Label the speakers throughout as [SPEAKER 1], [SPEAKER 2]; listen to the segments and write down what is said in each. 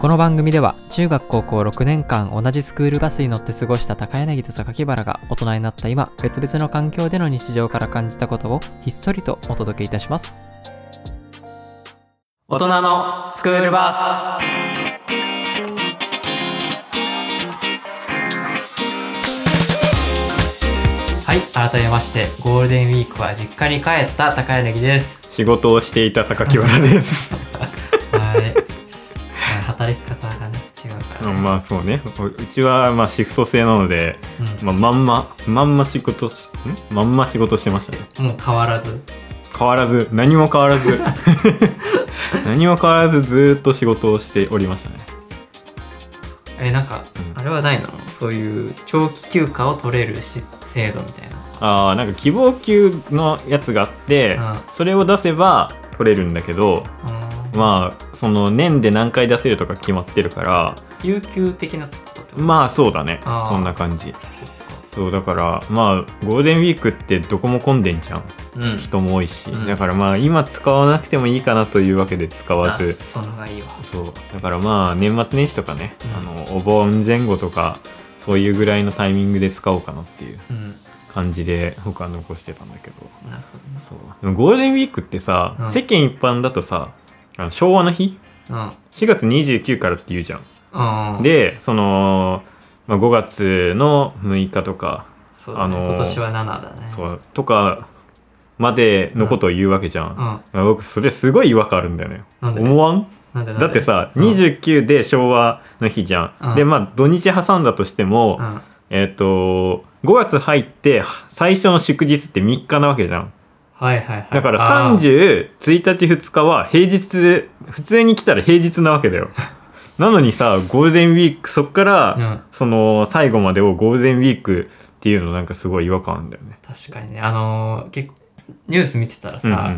[SPEAKER 1] この番組では中学高校6年間同じスクールバスに乗って過ごした高柳と榊原が大人になった今別々の環境での日常から感じたことをひっそりとお届けいたします大人のスクールバスはい改めましてゴールデンウィークは実家に帰った高柳です
[SPEAKER 2] 仕事をしていた榊原です。
[SPEAKER 1] はい。 働き方がね、違うから、ね。
[SPEAKER 2] まあそうね。うちはまあシフト制なので、
[SPEAKER 1] うん
[SPEAKER 2] まあ、まんま、まんま仕事し、んまんま仕事してましたね。
[SPEAKER 1] もう変わらず。
[SPEAKER 2] 変わらず、何も変わらず、 何も変わらずずーっと仕事をしておりましたね。
[SPEAKER 1] え、なんか、
[SPEAKER 2] うん
[SPEAKER 1] あれはないのそういう長期休暇を取れるし制度みたいな。
[SPEAKER 2] ああ、なんか希望級のやつがあって、
[SPEAKER 1] うん
[SPEAKER 2] それを出せば取れるんだけど、
[SPEAKER 1] あー
[SPEAKER 2] まあその年で何回出せるとか決まってるから、
[SPEAKER 1] 有給的なことってこと
[SPEAKER 2] まあそうだね。
[SPEAKER 1] あー
[SPEAKER 2] そんな感じ。
[SPEAKER 1] そっか
[SPEAKER 2] そうだからまあゴールデンウィークってどこも混んでんじゃん。
[SPEAKER 1] うん。
[SPEAKER 2] 人も多いし、
[SPEAKER 1] うん
[SPEAKER 2] だからまあ今使わなくてもいいかなというわけで使わ
[SPEAKER 1] あ、
[SPEAKER 2] ず
[SPEAKER 1] その方がいいわ。
[SPEAKER 2] そうだからまあ年末年始とかね、
[SPEAKER 1] うん
[SPEAKER 2] あのお盆前後とかそういうぐらいのタイミングで使おうかなっていう
[SPEAKER 1] うん。
[SPEAKER 2] 感じで僕は残してたんだけど
[SPEAKER 1] なるほ
[SPEAKER 2] そうでもゴールデンウィークってさ、
[SPEAKER 1] うん
[SPEAKER 2] 世間一般だとさあの昭和の日
[SPEAKER 1] どね。
[SPEAKER 2] 4月29からって言うじゃん、
[SPEAKER 1] うん。うん、
[SPEAKER 2] でその、まあ、5月の6日とか、
[SPEAKER 1] そうだね
[SPEAKER 2] あのー
[SPEAKER 1] 今年は7だね。。
[SPEAKER 2] そううとかまでのことを言うわけじゃん
[SPEAKER 1] ん。
[SPEAKER 2] まあ僕それすごい違和感あるんだよね
[SPEAKER 1] なんで
[SPEAKER 2] 思わん
[SPEAKER 1] なんでなんで
[SPEAKER 2] だってさ、
[SPEAKER 1] うん
[SPEAKER 2] 29で昭和の日じゃん、
[SPEAKER 1] うん
[SPEAKER 2] でまあ土日挟んだとしても、
[SPEAKER 1] うん。
[SPEAKER 2] えっ、と5月入って最初の祝日って3日なわけじゃん
[SPEAKER 1] はいはいはい。
[SPEAKER 2] だから
[SPEAKER 1] あー。
[SPEAKER 2] 301日2日は平日で普通に来たら平日なわけだ よなのにさゴールデンウィークそっから、
[SPEAKER 1] うん。
[SPEAKER 2] その最後までをゴールデンウィークっていうのなんかすごい違和感あるんだよね
[SPEAKER 1] 確かにね。あのー、結構、ニュース見てたらさ、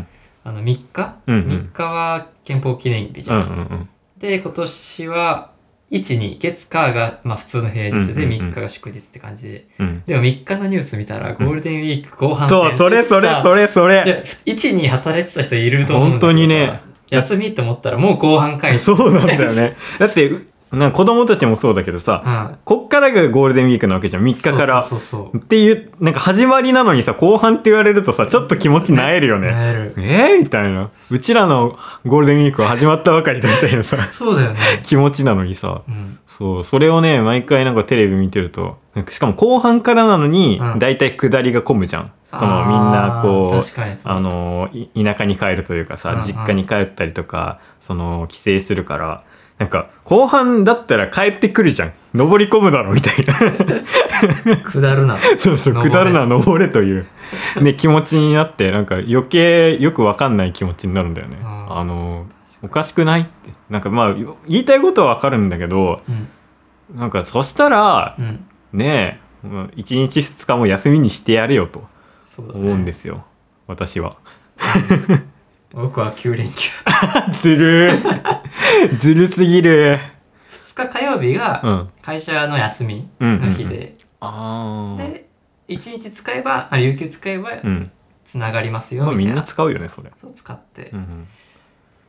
[SPEAKER 1] あの3日、
[SPEAKER 2] うんうん
[SPEAKER 1] 3日は憲法記念日じ
[SPEAKER 2] うん
[SPEAKER 1] ゃ。
[SPEAKER 2] うんんうんうん
[SPEAKER 1] で、今年は1、2、月火が、まあ、普通の平日で
[SPEAKER 2] うんうんうん
[SPEAKER 1] 3日が祝日って感じで。
[SPEAKER 2] うんうん
[SPEAKER 1] でも3日のニュース見たらゴールデンウィーク後半戦、
[SPEAKER 2] そうそれそれそ
[SPEAKER 1] れ
[SPEAKER 2] れそれ
[SPEAKER 1] で、1、2働いてた人いると思うんだけどさ
[SPEAKER 2] 本当にね。
[SPEAKER 1] 休みって思ったらもう後半回う。
[SPEAKER 2] そうなんだ よね。だって、うなんか子供たちもそうだけどさ、
[SPEAKER 1] ん。
[SPEAKER 2] こっからがゴールデンウィークなわけじゃん、3日から。
[SPEAKER 1] そうそうそう
[SPEAKER 2] っていう、なんか始まりなのにさ、後半って言われるとさ、ちょっと気持ちなえるよ
[SPEAKER 1] そう。
[SPEAKER 2] ね。
[SPEAKER 1] なえる。、
[SPEAKER 2] えー、みたいな。うちらのゴールデンウィークは始まったばかりだみたいなさ
[SPEAKER 1] そうだよね。
[SPEAKER 2] 気持ちなのにさ。
[SPEAKER 1] うん。
[SPEAKER 2] そう、それをね、毎回なんかテレビ見てると、なんかしかも後半からなのに
[SPEAKER 1] うん、
[SPEAKER 2] だいたい下りが混むじゃん。そ
[SPEAKER 1] あ
[SPEAKER 2] の
[SPEAKER 1] ー
[SPEAKER 2] みんなこう、
[SPEAKER 1] 確かにそう
[SPEAKER 2] あのい田舎に帰るというか
[SPEAKER 1] うんう
[SPEAKER 2] さ
[SPEAKER 1] ん
[SPEAKER 2] 実家に帰ったりとかその帰省するからなんか後半だったら帰ってくるじゃん登り込むだろみたいな
[SPEAKER 1] 下るな。
[SPEAKER 2] そうそう
[SPEAKER 1] 登れ
[SPEAKER 2] 下るな登れという、ね、気持ちになってなんか余計よくわかんない気持ちになるんだよね、
[SPEAKER 1] うん
[SPEAKER 2] あのおかしくないってなんかまあ言いたいことはわかるんだけど
[SPEAKER 1] うん。
[SPEAKER 2] なんかそしたら
[SPEAKER 1] うん。
[SPEAKER 2] ねえもう1日2日も休みにしてやれよと
[SPEAKER 1] そうだね。
[SPEAKER 2] 思うんですよ私は。
[SPEAKER 1] 僕は9連休。
[SPEAKER 2] ずるー ずるすぎる
[SPEAKER 1] 2日火曜日
[SPEAKER 2] う
[SPEAKER 1] が
[SPEAKER 2] ん
[SPEAKER 1] 会社の休み
[SPEAKER 2] うんうんう
[SPEAKER 1] の
[SPEAKER 2] ん
[SPEAKER 1] 日で、
[SPEAKER 2] ああ
[SPEAKER 1] で1日使えばあ有給使えば
[SPEAKER 2] うん
[SPEAKER 1] つながりますよ
[SPEAKER 2] まあみ
[SPEAKER 1] みた
[SPEAKER 2] ん
[SPEAKER 1] い
[SPEAKER 2] な
[SPEAKER 1] な
[SPEAKER 2] 使うよねそれ
[SPEAKER 1] そう使って
[SPEAKER 2] うん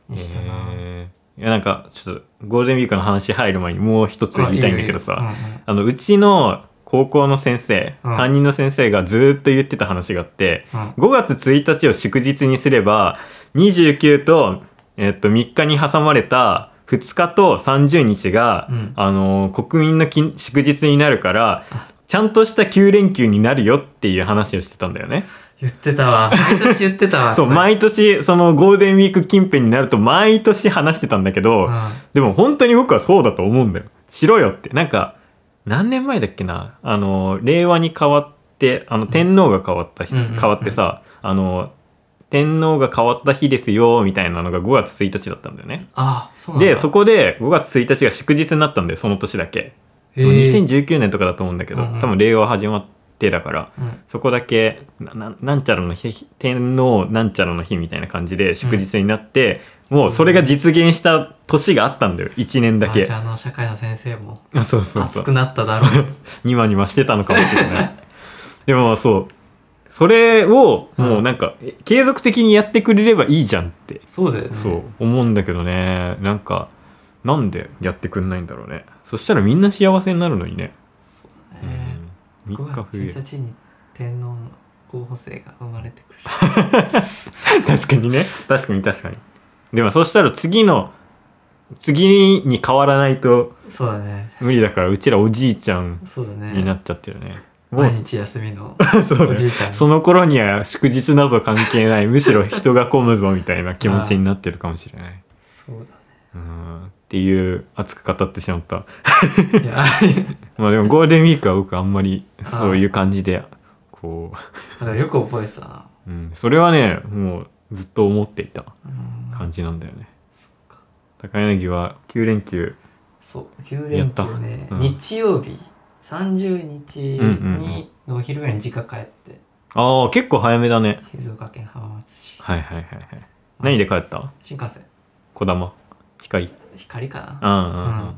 [SPEAKER 1] にしたな
[SPEAKER 2] へーいやなんかちょっとゴールデンウィークの話入る前にもう一つ言いたいんだけどさ
[SPEAKER 1] あ
[SPEAKER 2] あのうちの高校の先生
[SPEAKER 1] うん
[SPEAKER 2] 担任の先生がずーっと言ってた話があって
[SPEAKER 1] いいよいいようん
[SPEAKER 2] 5月1日を祝日にすれば29と,、えっと3日に挟まれた2日と30日が、
[SPEAKER 1] うん
[SPEAKER 2] あのー国民のき祝日になるからちゃんとした9連休になるよっていう話をしてたんだよね。
[SPEAKER 1] 言ってたわ毎年言ってたわ
[SPEAKER 2] そう
[SPEAKER 1] れ
[SPEAKER 2] 毎年そのゴールデンウィーク近辺になると毎年話してたんだけど、
[SPEAKER 1] うん
[SPEAKER 2] でも本当に僕はそうだと思うんだよ。しろよって。なんか何年前だっけなあのー令和に変わってあの天皇が変わった日、
[SPEAKER 1] うんうんうんうん
[SPEAKER 2] 変わってさあのー天皇が変わった日ですよみたいなのが5月1日だったんだよね。
[SPEAKER 1] あそうなんだ
[SPEAKER 2] でそこで5月1日が祝日になったんだよその年だけ。
[SPEAKER 1] へー
[SPEAKER 2] 2019年とかだと思うんだけど、
[SPEAKER 1] うんうん
[SPEAKER 2] 多分令和始まってだから
[SPEAKER 1] うん
[SPEAKER 2] そこだけなななんちゃらの日天皇なんちゃらの日みたいな感じで祝日になって、もうそれが実現した年があったんだよ1年だ
[SPEAKER 1] あ
[SPEAKER 2] け
[SPEAKER 1] じゃああの社会の先生も
[SPEAKER 2] あそうそう
[SPEAKER 1] 熱
[SPEAKER 2] そう
[SPEAKER 1] くなっただろう
[SPEAKER 2] ニマニマしてたのかもしれ ないでもそうそれをもうなんか、え継続的にやってくれればいいじゃんって
[SPEAKER 1] そうだよね
[SPEAKER 2] そう思うんだけどねなんかなんでやってくんないんだろうねそしたらみんな幸せになるのにね、
[SPEAKER 1] そう
[SPEAKER 2] う
[SPEAKER 1] ね、
[SPEAKER 2] ん、
[SPEAKER 1] 5
[SPEAKER 2] 3日
[SPEAKER 1] 月
[SPEAKER 2] 冬
[SPEAKER 1] 1日に天皇の候補生が生まれて くる
[SPEAKER 2] 確かにね確かに確かにでもそしたら次の次に変わらないと
[SPEAKER 1] そうだね
[SPEAKER 2] 無理だからうちらおじいちゃん
[SPEAKER 1] そうだ
[SPEAKER 2] にな
[SPEAKER 1] ね
[SPEAKER 2] っちゃってるねもう
[SPEAKER 1] 毎日休みの
[SPEAKER 2] そう
[SPEAKER 1] お
[SPEAKER 2] ね
[SPEAKER 1] じいちゃん
[SPEAKER 2] その頃には祝日など関係ないむしろ人が混むぞみたいな気持ちになってるかもしれない
[SPEAKER 1] そう
[SPEAKER 2] うんっていう熱く語ってしまった
[SPEAKER 1] だねいや
[SPEAKER 2] まあでもゴールデンウィークは僕あんまりそういう感じでこ
[SPEAKER 1] でもよく覚えてたな
[SPEAKER 2] う、うん、それはねもうずっと思っていた
[SPEAKER 1] うん
[SPEAKER 2] 感じなんだよね
[SPEAKER 1] そっか
[SPEAKER 2] 高柳は9連休
[SPEAKER 1] そう9連休
[SPEAKER 2] やっ
[SPEAKER 1] ね、
[SPEAKER 2] たうん
[SPEAKER 1] 日曜日30日にのお昼ぐらいに実家帰って
[SPEAKER 2] ああ結構早めだね
[SPEAKER 1] 静岡県浜松市
[SPEAKER 2] はいはいはいはい何で帰った
[SPEAKER 1] 新幹線
[SPEAKER 2] こだま光
[SPEAKER 1] 光かな
[SPEAKER 2] うんうんうんうん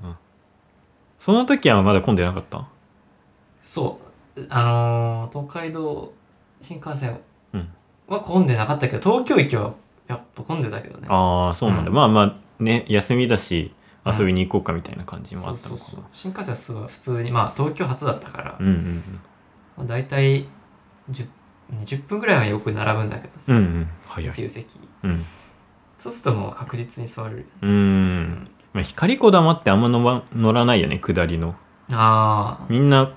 [SPEAKER 2] その時はまだ混んでなかった
[SPEAKER 1] そうあのー東海道新幹線
[SPEAKER 2] うん
[SPEAKER 1] は混んでなかったけど東京駅はやっぱ混んでたけどね
[SPEAKER 2] ああそうなんだ、
[SPEAKER 1] うん
[SPEAKER 2] まあまあね休みだし
[SPEAKER 1] うん
[SPEAKER 2] 遊びに行こうかみたいな感じも
[SPEAKER 1] そ
[SPEAKER 2] あ
[SPEAKER 1] う
[SPEAKER 2] った
[SPEAKER 1] そ
[SPEAKER 2] の
[SPEAKER 1] う
[SPEAKER 2] か
[SPEAKER 1] そう
[SPEAKER 2] な
[SPEAKER 1] 新幹線はすごい普通にまあ東京初だったから、
[SPEAKER 2] うんうん
[SPEAKER 1] まあ、大体10 20分ぐらいはよく並ぶんだけど
[SPEAKER 2] う
[SPEAKER 1] さ、
[SPEAKER 2] んうんうん早い
[SPEAKER 1] 自由席
[SPEAKER 2] うん
[SPEAKER 1] そうするともう確実に座れる
[SPEAKER 2] うーん、まあ、光こだまってあんま乗ば乗らないよね下りの
[SPEAKER 1] あ
[SPEAKER 2] みんな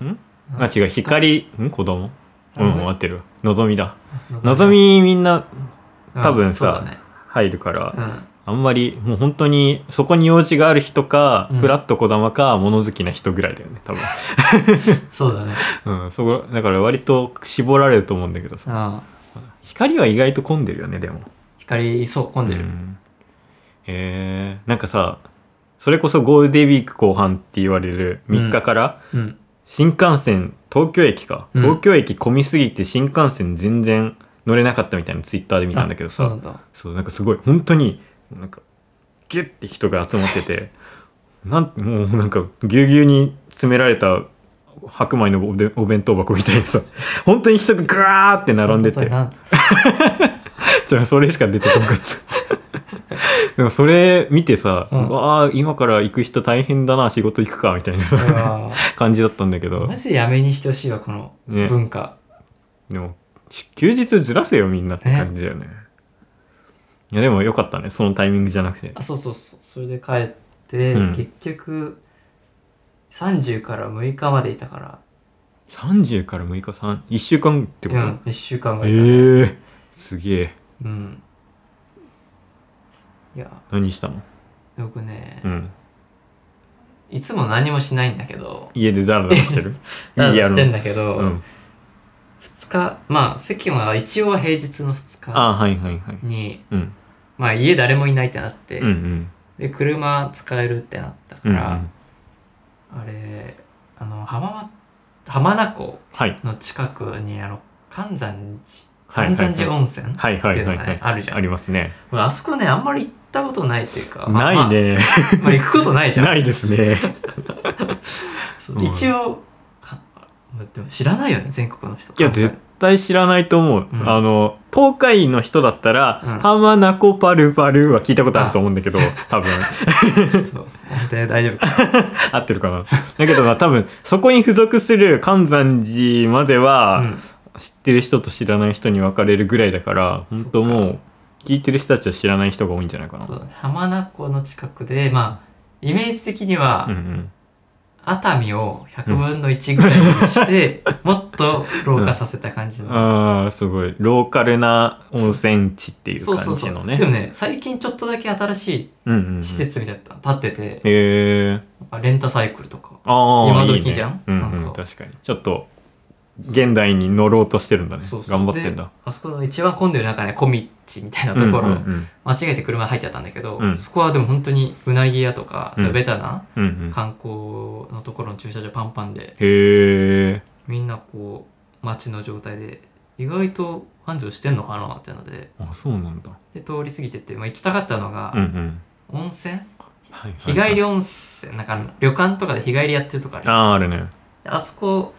[SPEAKER 1] あ
[SPEAKER 2] あ違う光んこだまう
[SPEAKER 1] うん
[SPEAKER 2] ん合ってるのぞみだの
[SPEAKER 1] の
[SPEAKER 2] ぞみみんな多分
[SPEAKER 1] そう
[SPEAKER 2] さ
[SPEAKER 1] だね
[SPEAKER 2] 入るから
[SPEAKER 1] うん
[SPEAKER 2] あんまりもう本当にそこに用事がある人か
[SPEAKER 1] うん
[SPEAKER 2] フラッとこだまか物好きな人ぐらいだよね 多分
[SPEAKER 1] そうだね
[SPEAKER 2] うんそこだから割と絞られると思うんだけどさ
[SPEAKER 1] ああ
[SPEAKER 2] 光は意外と混んでるよねでも
[SPEAKER 1] 光そう混んでる、
[SPEAKER 2] うんえー、なんかさそれこそゴールデンウィーク後半って言われる3日から、
[SPEAKER 1] うん、
[SPEAKER 2] 新幹線東京駅か、
[SPEAKER 1] うん
[SPEAKER 2] 東京駅混みすぎて新幹線全然乗れなかったみたいなツイッターで見たんだけど
[SPEAKER 1] そう
[SPEAKER 2] さ
[SPEAKER 1] なんだ
[SPEAKER 2] そうなんかすごい本当になんかギュッて人が集まってて なんもうなんかぎゅうぎゅうに詰められた白米のおでお弁当箱みたいなさ 本当に人がグワーって並んでて
[SPEAKER 1] その
[SPEAKER 2] じゃ あそれしか出てこなかった でもそれ見てさ、
[SPEAKER 1] うん
[SPEAKER 2] わあ今から行く人大変だな仕事行くかみたいな
[SPEAKER 1] 時は
[SPEAKER 2] さ
[SPEAKER 1] なんか
[SPEAKER 2] 感じだったんだけ
[SPEAKER 1] これは
[SPEAKER 2] ど
[SPEAKER 1] マジでやめにしてほしいわこの
[SPEAKER 2] ね
[SPEAKER 1] 文化、
[SPEAKER 2] でも休日ずらせよみんなって感じだよねいやでもよかったねそのタイミングじゃなくて
[SPEAKER 1] あそうそうそうそれで帰って、
[SPEAKER 2] うん
[SPEAKER 1] 結局30から6日までいたから
[SPEAKER 2] 30から6日31週間ってこ
[SPEAKER 1] う
[SPEAKER 2] と、
[SPEAKER 1] ん、1週間ぐ
[SPEAKER 2] え
[SPEAKER 1] らいいたね、
[SPEAKER 2] えすげえ
[SPEAKER 1] うんいや
[SPEAKER 2] 何したの
[SPEAKER 1] 僕ね、
[SPEAKER 2] うん
[SPEAKER 1] いつも何もしないんだけど
[SPEAKER 2] 家でダラダラしてる
[SPEAKER 1] ダラダラしてん
[SPEAKER 2] だ
[SPEAKER 1] だけど、
[SPEAKER 2] うん、
[SPEAKER 1] 2日まあ席は一応平日の2
[SPEAKER 2] あ
[SPEAKER 1] 日
[SPEAKER 2] あはいはいはい
[SPEAKER 1] に
[SPEAKER 2] うん
[SPEAKER 1] まあ家誰もいないってなって、
[SPEAKER 2] うんうん
[SPEAKER 1] で車使えるってなったか
[SPEAKER 2] うんうん
[SPEAKER 1] ら、あれあの浜松浜名湖
[SPEAKER 2] はい
[SPEAKER 1] の近くにあの関山寺
[SPEAKER 2] はいはい
[SPEAKER 1] 関
[SPEAKER 2] は
[SPEAKER 1] 山
[SPEAKER 2] い
[SPEAKER 1] 寺温泉って
[SPEAKER 2] はいはいいう
[SPEAKER 1] の
[SPEAKER 2] はい
[SPEAKER 1] が
[SPEAKER 2] はい
[SPEAKER 1] ねあるじゃ
[SPEAKER 2] あ
[SPEAKER 1] ん
[SPEAKER 2] りますね
[SPEAKER 1] 俺あそこねあんまり行ったことないっていうかまあ
[SPEAKER 2] ないね、
[SPEAKER 1] まあまあ行くことないじゃん
[SPEAKER 2] ないですね
[SPEAKER 1] そう一応かでも知ら ないよね全国の人
[SPEAKER 2] いや
[SPEAKER 1] 関西
[SPEAKER 2] 絶対知らないと思う、
[SPEAKER 1] うん
[SPEAKER 2] あの東海の人だったら「
[SPEAKER 1] うん
[SPEAKER 2] 浜名湖パルパル」は聞いたことあると思うんだけど多分
[SPEAKER 1] そう本当に大丈夫か
[SPEAKER 2] 合ってるかなだけどな多分そこに付属する関山寺までは、
[SPEAKER 1] うん
[SPEAKER 2] 知ってる人と知らない人に分かれるぐらいだから本当もう聞いてる人たちは知らない人が多いんじゃないかな
[SPEAKER 1] そうだね浜名湖の近くでまあイメージ的には、
[SPEAKER 2] うんうん
[SPEAKER 1] 熱海を100分の1ぐらいにして、もっと老化させた感じの、
[SPEAKER 2] あーすごいローカルな温泉地っていう
[SPEAKER 1] そう
[SPEAKER 2] 感
[SPEAKER 1] そうそ
[SPEAKER 2] じ
[SPEAKER 1] う、
[SPEAKER 2] のね
[SPEAKER 1] でもね最近ちょっとだけ新し
[SPEAKER 2] うんうんうん
[SPEAKER 1] い施設みたいなの立ってて、
[SPEAKER 2] へえ
[SPEAKER 1] レンタサイクルとか、
[SPEAKER 2] ああ
[SPEAKER 1] 今時じゃん
[SPEAKER 2] いいねうんうん
[SPEAKER 1] なんか
[SPEAKER 2] 確かにちょっと現代に乗ろうとしてるんだね
[SPEAKER 1] そうそう
[SPEAKER 2] 頑張ってんだ
[SPEAKER 1] であそこの一番混んでる中ね小道みたいなところ、
[SPEAKER 2] うんうん
[SPEAKER 1] 間違えて車入っちゃったんだけど、
[SPEAKER 2] うん
[SPEAKER 1] そこはでも本当にうなぎ屋とか、
[SPEAKER 2] う
[SPEAKER 1] そ
[SPEAKER 2] ん
[SPEAKER 1] ういうベタな
[SPEAKER 2] うんうんうん
[SPEAKER 1] 観光のところの駐車場パンパンで
[SPEAKER 2] へえ
[SPEAKER 1] みんなこう街の状態で意外と繁盛してんのかなってので
[SPEAKER 2] あそうなんだ
[SPEAKER 1] で通り過ぎてって、まあ、行きたかったのが、
[SPEAKER 2] うんうん
[SPEAKER 1] 温泉
[SPEAKER 2] はいはい
[SPEAKER 1] 日帰り温泉なんかあの旅館とかで日帰りやってるとかある
[SPEAKER 2] あーあるね
[SPEAKER 1] であそこ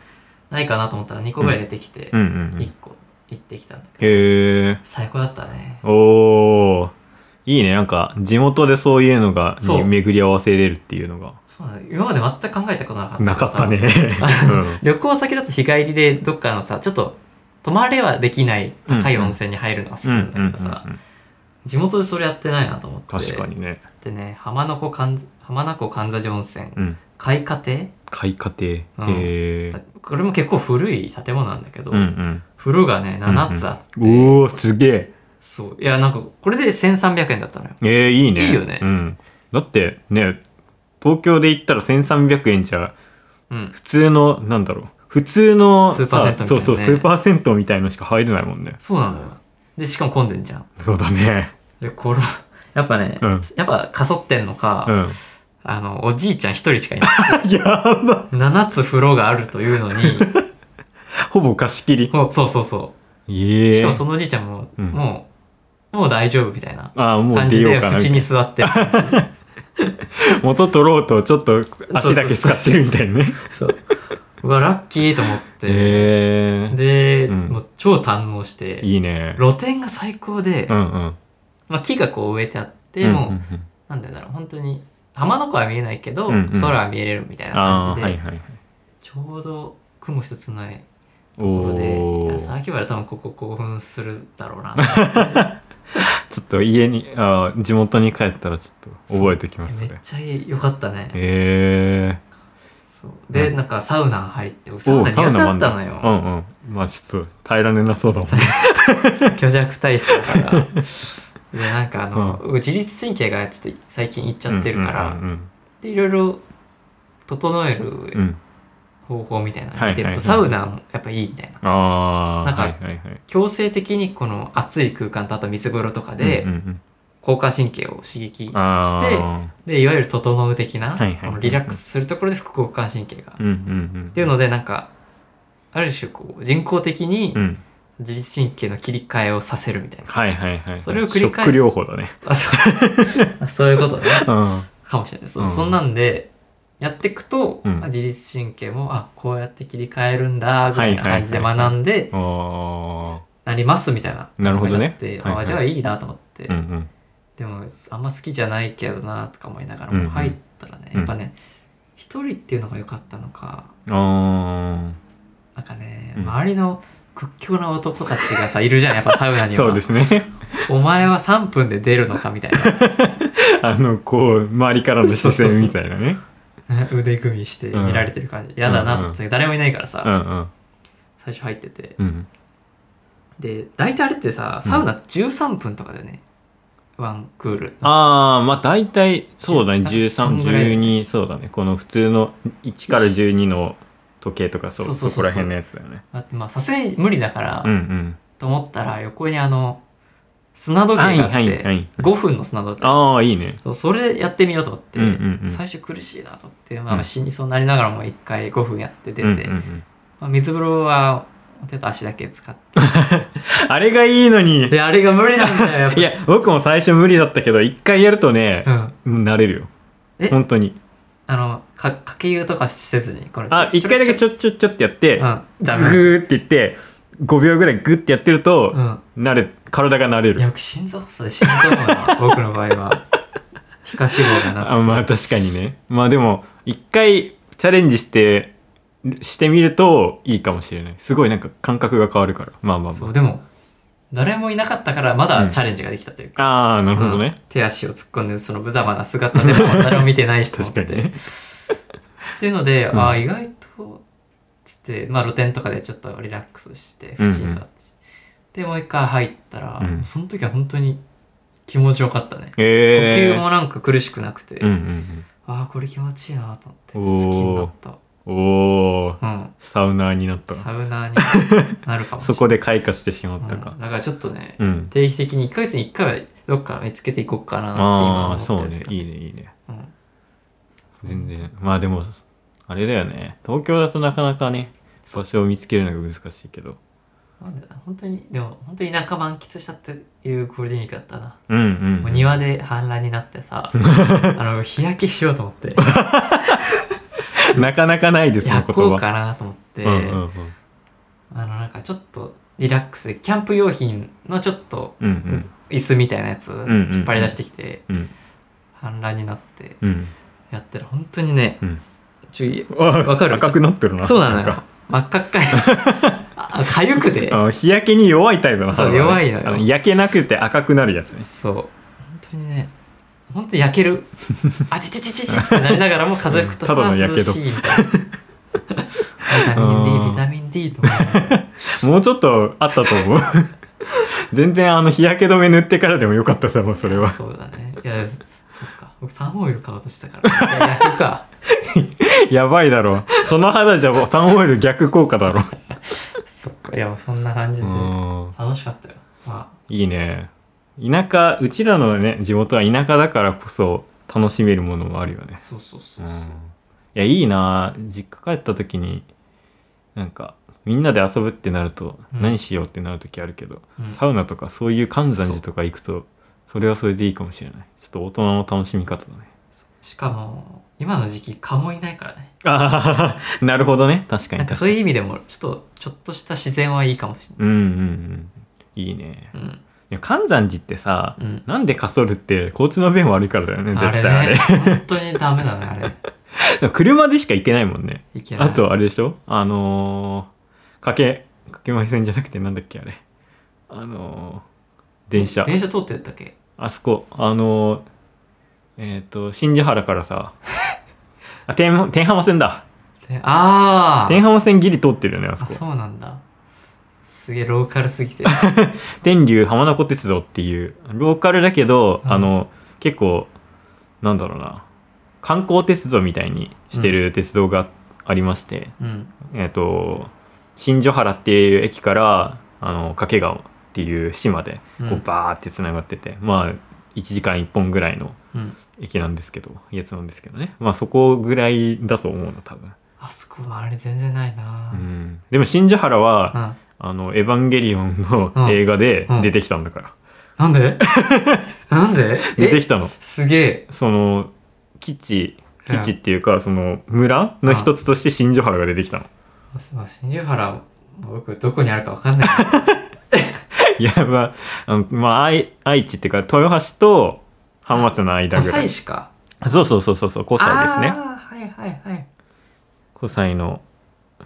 [SPEAKER 1] ないかなと思ったら2個ぐらい出てきて、
[SPEAKER 2] うんうんうん
[SPEAKER 1] 1個行ってきたんだけど
[SPEAKER 2] へえ
[SPEAKER 1] 最高だったね
[SPEAKER 2] おおいいねなんか地元でそういうのが
[SPEAKER 1] そ
[SPEAKER 2] に
[SPEAKER 1] う
[SPEAKER 2] 巡り合わせれるっていうのが
[SPEAKER 1] そうなんだ今まで全く考えたことなかった
[SPEAKER 2] なかったね
[SPEAKER 1] 旅行先だと日帰りでどっかのさちょっと泊まれはできない高い
[SPEAKER 2] うんうん
[SPEAKER 1] 温泉に入るのは好き
[SPEAKER 2] うんうん
[SPEAKER 1] な
[SPEAKER 2] うん
[SPEAKER 1] だ
[SPEAKER 2] んう
[SPEAKER 1] け
[SPEAKER 2] ん
[SPEAKER 1] どさ地元でそれやってないなと思って
[SPEAKER 2] 確かにね
[SPEAKER 1] でね浜名湖神津浜名湖神座寺温泉
[SPEAKER 2] うん
[SPEAKER 1] 開化亭
[SPEAKER 2] 開花亭へ
[SPEAKER 1] うん
[SPEAKER 2] え
[SPEAKER 1] これも結構古い建物なんだけど、
[SPEAKER 2] うん
[SPEAKER 1] 風呂がね7つあって、
[SPEAKER 2] うんおーすげえ
[SPEAKER 1] そういやなんかこれで1300円だったのよ
[SPEAKER 2] えー、いいね
[SPEAKER 1] いいよね
[SPEAKER 2] うん、だってね東京で言ったら1300円じゃ
[SPEAKER 1] うん
[SPEAKER 2] 普通のなんだろう普通の
[SPEAKER 1] スーパー銭湯みたいなね
[SPEAKER 2] さそうそうスーパー銭湯みたいのしか入れないもんね
[SPEAKER 1] そうなのよでしかも混んでんじゃん
[SPEAKER 2] そうだね
[SPEAKER 1] でこれ やっぱね、
[SPEAKER 2] うん
[SPEAKER 1] やっぱ かそってんのか、
[SPEAKER 2] うん
[SPEAKER 1] あのおじいちゃん1人しかいない
[SPEAKER 2] やば
[SPEAKER 1] 7つ風呂があるというの に
[SPEAKER 2] ほぼ貸し切り
[SPEAKER 1] もうそうそうそ
[SPEAKER 2] え
[SPEAKER 1] う
[SPEAKER 2] え
[SPEAKER 1] しかもそのおじいちゃんも、
[SPEAKER 2] うん
[SPEAKER 1] もうもう大丈夫みたいな
[SPEAKER 2] ああもう
[SPEAKER 1] 感
[SPEAKER 2] 出
[SPEAKER 1] じ
[SPEAKER 2] よ
[SPEAKER 1] で
[SPEAKER 2] うかな
[SPEAKER 1] 縁に座って る
[SPEAKER 2] 元取ろうとちょっと足だけ使ってるみたいなね
[SPEAKER 1] そううわラッキーと思って、
[SPEAKER 2] へえ
[SPEAKER 1] で、
[SPEAKER 2] うん
[SPEAKER 1] もう超堪能して
[SPEAKER 2] いいね
[SPEAKER 1] 露店が最高で、
[SPEAKER 2] うんうん
[SPEAKER 1] まあ、木がこう植えてあって、
[SPEAKER 2] うん
[SPEAKER 1] もう
[SPEAKER 2] うんうん
[SPEAKER 1] なんて言うんだろう本当に浜の湖は見えないけど、
[SPEAKER 2] うんうん
[SPEAKER 1] 空は見えれるみたいな
[SPEAKER 2] あ
[SPEAKER 1] 感
[SPEAKER 2] あ
[SPEAKER 1] じで、
[SPEAKER 2] はいはい
[SPEAKER 1] ちょうど雲一つない
[SPEAKER 2] お
[SPEAKER 1] ところでい
[SPEAKER 2] お
[SPEAKER 1] や
[SPEAKER 2] ー
[SPEAKER 1] 榊原多分ここ興奮するだろう な
[SPEAKER 2] ちょっと家にあー地元に帰ったらちょっと覚えておきます
[SPEAKER 1] め
[SPEAKER 2] ね
[SPEAKER 1] っちゃ良かったね
[SPEAKER 2] へえ
[SPEAKER 1] そうで、
[SPEAKER 2] うん
[SPEAKER 1] なんかサウナ入って僕
[SPEAKER 2] ー、
[SPEAKER 1] サウナ苦手だったの
[SPEAKER 2] う
[SPEAKER 1] よ
[SPEAKER 2] んうんまあちょっと耐えられなそうだもん
[SPEAKER 1] 虚弱体質だから でなんかあの、自律神経がちょっと最近いっちゃってるから、
[SPEAKER 2] うんうん
[SPEAKER 1] でいろいろ整え
[SPEAKER 2] うんう
[SPEAKER 1] る
[SPEAKER 2] ん
[SPEAKER 1] 方法みたいなの見てると、
[SPEAKER 2] はいはいはい
[SPEAKER 1] サウナもやっぱいいみたいな
[SPEAKER 2] ああ
[SPEAKER 1] なんか
[SPEAKER 2] はいはいはい
[SPEAKER 1] 強制的にこの暑い空間とあと水風呂とかで
[SPEAKER 2] うんうんうん
[SPEAKER 1] 交感神経を刺激して、
[SPEAKER 2] あ
[SPEAKER 1] でいわゆる整う的な、
[SPEAKER 2] はいはい
[SPEAKER 1] このリラックスするところで副交感神経が、
[SPEAKER 2] ーうんうんうん
[SPEAKER 1] っていうのでなんかある種こう人工的に
[SPEAKER 2] うん
[SPEAKER 1] 自律神経の切り替えをさせるみたいな、
[SPEAKER 2] はいはいはい
[SPEAKER 1] それを繰り返す
[SPEAKER 2] ショック療法だね
[SPEAKER 1] あ そう そういうことね
[SPEAKER 2] うん
[SPEAKER 1] かもしれないそ,、
[SPEAKER 2] うん
[SPEAKER 1] そんなんでやっていくと、
[SPEAKER 2] うん
[SPEAKER 1] あ自律神経もあこうやって切り替えるんだぐらいな感じで学んで
[SPEAKER 2] あ
[SPEAKER 1] なりますみたいな
[SPEAKER 2] なるほどね
[SPEAKER 1] 感じになって、
[SPEAKER 2] はいはい
[SPEAKER 1] あじゃあいいなと思って、
[SPEAKER 2] あうんうん
[SPEAKER 1] でもあんま好きじゃないけどなとか思いながら
[SPEAKER 2] うんうん
[SPEAKER 1] も入ったらね、
[SPEAKER 2] うん
[SPEAKER 1] やっぱね一人っていうのが良かったのか
[SPEAKER 2] あ
[SPEAKER 1] なんかね、
[SPEAKER 2] うん
[SPEAKER 1] 周りの屈強な男たちがさいるじゃんやっぱサウナ
[SPEAKER 2] あ
[SPEAKER 1] には
[SPEAKER 2] そうですね
[SPEAKER 1] お前は3分で出るのかみたい
[SPEAKER 2] あのこう周りからの視線みたいな ね
[SPEAKER 1] な 腕組みして見られてる感じ嫌、だなと思ってたけど誰もいないからさ、
[SPEAKER 2] うんうん
[SPEAKER 1] 最初入ってて
[SPEAKER 2] うん
[SPEAKER 1] で大体あれってさサウナ13分とかだよね、ワンクール
[SPEAKER 2] ああまあ大体そうだね
[SPEAKER 1] じゅうそんぐらい
[SPEAKER 2] 1312そうだねこの普通の1から12の時計とかそう
[SPEAKER 1] そうそうそうそう
[SPEAKER 2] そこら辺のやつだよね
[SPEAKER 1] だってまあさすがに無理だから、
[SPEAKER 2] うん
[SPEAKER 1] と思ったら横にあの砂
[SPEAKER 2] う
[SPEAKER 1] 時
[SPEAKER 2] ん
[SPEAKER 1] 計があって、
[SPEAKER 2] い
[SPEAKER 1] 5分の砂時計
[SPEAKER 2] ああいいね
[SPEAKER 1] そうそれやってみようと思って、
[SPEAKER 2] うんうんうん
[SPEAKER 1] 最初苦しいなと思って、ま
[SPEAKER 2] う
[SPEAKER 1] あ、
[SPEAKER 2] ん
[SPEAKER 1] 死にそうになりながらも1回5分やって出て、
[SPEAKER 2] うんうんうん
[SPEAKER 1] まあ、水風呂は手と足だけ使って
[SPEAKER 2] あれが いいのに
[SPEAKER 1] であれが無理なんだよやっぱ
[SPEAKER 2] いや僕も最初無理だったけど一回やるとね
[SPEAKER 1] うん、
[SPEAKER 2] 慣れるよ
[SPEAKER 1] え
[SPEAKER 2] 本当に
[SPEAKER 1] あのかかけ湯とかせずにこれ
[SPEAKER 2] あ一回だけちょっちょっちょってやって
[SPEAKER 1] うんダメ
[SPEAKER 2] グーって言って5秒ぐらいグってやってると
[SPEAKER 1] うん
[SPEAKER 2] 慣れ体が慣れ
[SPEAKER 1] いや
[SPEAKER 2] る
[SPEAKER 1] 僕心臓発作で死ぬと思うな僕の場合 は皮下脂肪がなく
[SPEAKER 2] あまあ確かにねまあでも一回チャレンジしてしてみるといいかもしれないすごいなんか感覚が変わるからまあまあ
[SPEAKER 1] そ
[SPEAKER 2] ま
[SPEAKER 1] うでも誰もいなかったからまだチャレンジができたというか、
[SPEAKER 2] あああなるほど
[SPEAKER 1] うん
[SPEAKER 2] ね
[SPEAKER 1] 手足を突っ込んでその無様な姿でも誰も見てないしと思って
[SPEAKER 2] 確かにね
[SPEAKER 1] っていうので、
[SPEAKER 2] うん
[SPEAKER 1] ああ意外とつって、まあ、露店とかでちょっとリラックスして
[SPEAKER 2] うんうん
[SPEAKER 1] 縁に座って、でもう一回入ったら、
[SPEAKER 2] うん
[SPEAKER 1] その時は本当に気持ちよかったね、呼
[SPEAKER 2] え
[SPEAKER 1] 吸
[SPEAKER 2] え
[SPEAKER 1] もなんか苦しくなくて、
[SPEAKER 2] うんうん
[SPEAKER 1] ああこれ気持ちいいなと思って
[SPEAKER 2] お
[SPEAKER 1] 好き
[SPEAKER 2] ー
[SPEAKER 1] になった
[SPEAKER 2] うんおお
[SPEAKER 1] うん
[SPEAKER 2] サウナーになった
[SPEAKER 1] サウナーになるかもしれない
[SPEAKER 2] そこで開花してしまった
[SPEAKER 1] う
[SPEAKER 2] か
[SPEAKER 1] んだからちょっとね、
[SPEAKER 2] うん
[SPEAKER 1] 定期的に1ヶ月に1回はどっか見つけていこうかなって今
[SPEAKER 2] あ
[SPEAKER 1] 思
[SPEAKER 2] あ
[SPEAKER 1] って
[SPEAKER 2] そうね
[SPEAKER 1] るけど
[SPEAKER 2] いいねいいね
[SPEAKER 1] うん
[SPEAKER 2] 全然まあでもあれだよね東京だとなかなかね場所を見つけるのが難しいけど
[SPEAKER 1] なんだ本当にでも本当に田舎満喫したっていうゴールデンウィークだったな、
[SPEAKER 2] うんうん
[SPEAKER 1] もう庭で氾濫になって さあの日焼けしようと思って
[SPEAKER 2] なかなかないです
[SPEAKER 1] 焼
[SPEAKER 2] ね言
[SPEAKER 1] こう
[SPEAKER 2] 葉
[SPEAKER 1] かなと思って、
[SPEAKER 2] うんうんうん
[SPEAKER 1] あのなんかちょっとリラックスでキャンプ用品のちょっと
[SPEAKER 2] うんうん
[SPEAKER 1] 椅子みたいなやつ
[SPEAKER 2] んうん
[SPEAKER 1] 引っ張り出してきて
[SPEAKER 2] うん
[SPEAKER 1] 反乱になって
[SPEAKER 2] うん
[SPEAKER 1] やってる本当にね
[SPEAKER 2] うん
[SPEAKER 1] ちょ
[SPEAKER 2] わ
[SPEAKER 1] わかる
[SPEAKER 2] 赤くなってるな
[SPEAKER 1] そうなの
[SPEAKER 2] ん
[SPEAKER 1] よ
[SPEAKER 2] か
[SPEAKER 1] 真っ赤っか いあかゆくて
[SPEAKER 2] あの日焼けに弱いタイプの
[SPEAKER 1] そう
[SPEAKER 2] 肌だね
[SPEAKER 1] 弱いのよ
[SPEAKER 2] あ焼けなくて赤くなるやつね
[SPEAKER 1] そう本当にね本当に焼け るあちちちちちってなりながらも風吹くと
[SPEAKER 2] ただのやけど
[SPEAKER 1] 涼しいみたいなビタミン
[SPEAKER 2] う
[SPEAKER 1] D
[SPEAKER 2] ん
[SPEAKER 1] ビタミン D と思 う
[SPEAKER 2] もうちょっとあったと思う 全然あの日焼け止め塗ってからでもよかったさもうそれは
[SPEAKER 1] そうだねいやそっか僕サーモンオイル買おうとしたからいや焼く か
[SPEAKER 2] やばいだろその肌じゃタンオイル逆効果だろ
[SPEAKER 1] そっかいやそんな感じで
[SPEAKER 2] う
[SPEAKER 1] 楽しかったよまあ
[SPEAKER 2] んいいね田舎うちらのね地元は田舎だからこそ楽しめるものもあるよね
[SPEAKER 1] そうそうそううん
[SPEAKER 2] い
[SPEAKER 1] そう
[SPEAKER 2] やいいな実家帰った時になんかみんなで遊ぶってなると、
[SPEAKER 1] うん
[SPEAKER 2] 何しようってなる時あるけど、
[SPEAKER 1] うん
[SPEAKER 2] サウナとかそういう寒山寺とか行くとそれはそれでいいかもしれないちょっと大人の楽しみ方だね
[SPEAKER 1] そうしかも今の時期蚊もいないからね
[SPEAKER 2] ああ なるほどね確か
[SPEAKER 1] な
[SPEAKER 2] に
[SPEAKER 1] んか
[SPEAKER 2] 確
[SPEAKER 1] そう
[SPEAKER 2] かに
[SPEAKER 1] いう意味でもちょっとちょっとした自然はいいかもし
[SPEAKER 2] うんうんうんいいね
[SPEAKER 1] れないうん
[SPEAKER 2] いや寒山寺ってさ、
[SPEAKER 1] うん
[SPEAKER 2] なんでかそるって交通の便悪いからだよね絶
[SPEAKER 1] あ
[SPEAKER 2] 対
[SPEAKER 1] れ
[SPEAKER 2] あれ
[SPEAKER 1] ね本当にダメだねあ れ
[SPEAKER 2] 車でしか行けないもんね
[SPEAKER 1] いけない
[SPEAKER 2] あとあれでしょあのー、かけかけまい線じゃなくてなんだっけあれあのー、電車
[SPEAKER 1] 電車通ってやったっけ
[SPEAKER 2] あそこあのー、えっ、と新寺原か らさあ天天浜線だ
[SPEAKER 1] であ
[SPEAKER 2] 天
[SPEAKER 1] あ
[SPEAKER 2] 浜線ギリ通ってるよねあそ
[SPEAKER 1] あ
[SPEAKER 2] こ
[SPEAKER 1] そうなんだすげえローカルすぎて
[SPEAKER 2] 天竜浜名湖鉄道っていうローカルだけど、
[SPEAKER 1] うん
[SPEAKER 2] あの結構なんだろうな観光鉄道みたいにしてる鉄道がありまして、
[SPEAKER 1] うん
[SPEAKER 2] えっ、と新所原っていう駅からあの掛川っていう島で
[SPEAKER 1] うん
[SPEAKER 2] こうバーってつながってて、まあ1時間1本ぐらいの
[SPEAKER 1] うん
[SPEAKER 2] 駅なんですけどやつなんですけどねまあそこぐらいだと思うの多分、
[SPEAKER 1] あそこ周り全然ないな
[SPEAKER 2] う、んでも新所原は、
[SPEAKER 1] うん、
[SPEAKER 2] あの「エヴァンゲリオン」
[SPEAKER 1] うん
[SPEAKER 2] の映画で出てきたんだから、
[SPEAKER 1] なんで なんで
[SPEAKER 2] 出て
[SPEAKER 1] え
[SPEAKER 2] きたの
[SPEAKER 1] すげえ
[SPEAKER 2] その基地
[SPEAKER 1] うん
[SPEAKER 2] 基地っていうかその村の一つとして新所原が出てきたの。
[SPEAKER 1] まあ新宿原僕どこにあるかわかん ない
[SPEAKER 2] いやまああの、まあ、愛愛知っていうか豊橋と浜松の間
[SPEAKER 1] 火
[SPEAKER 2] ぐら
[SPEAKER 1] 災
[SPEAKER 2] い。
[SPEAKER 1] しか
[SPEAKER 2] そうそうそうそうそう古
[SPEAKER 1] あ
[SPEAKER 2] 西ですね。
[SPEAKER 1] あーはいはいはい
[SPEAKER 2] 古西の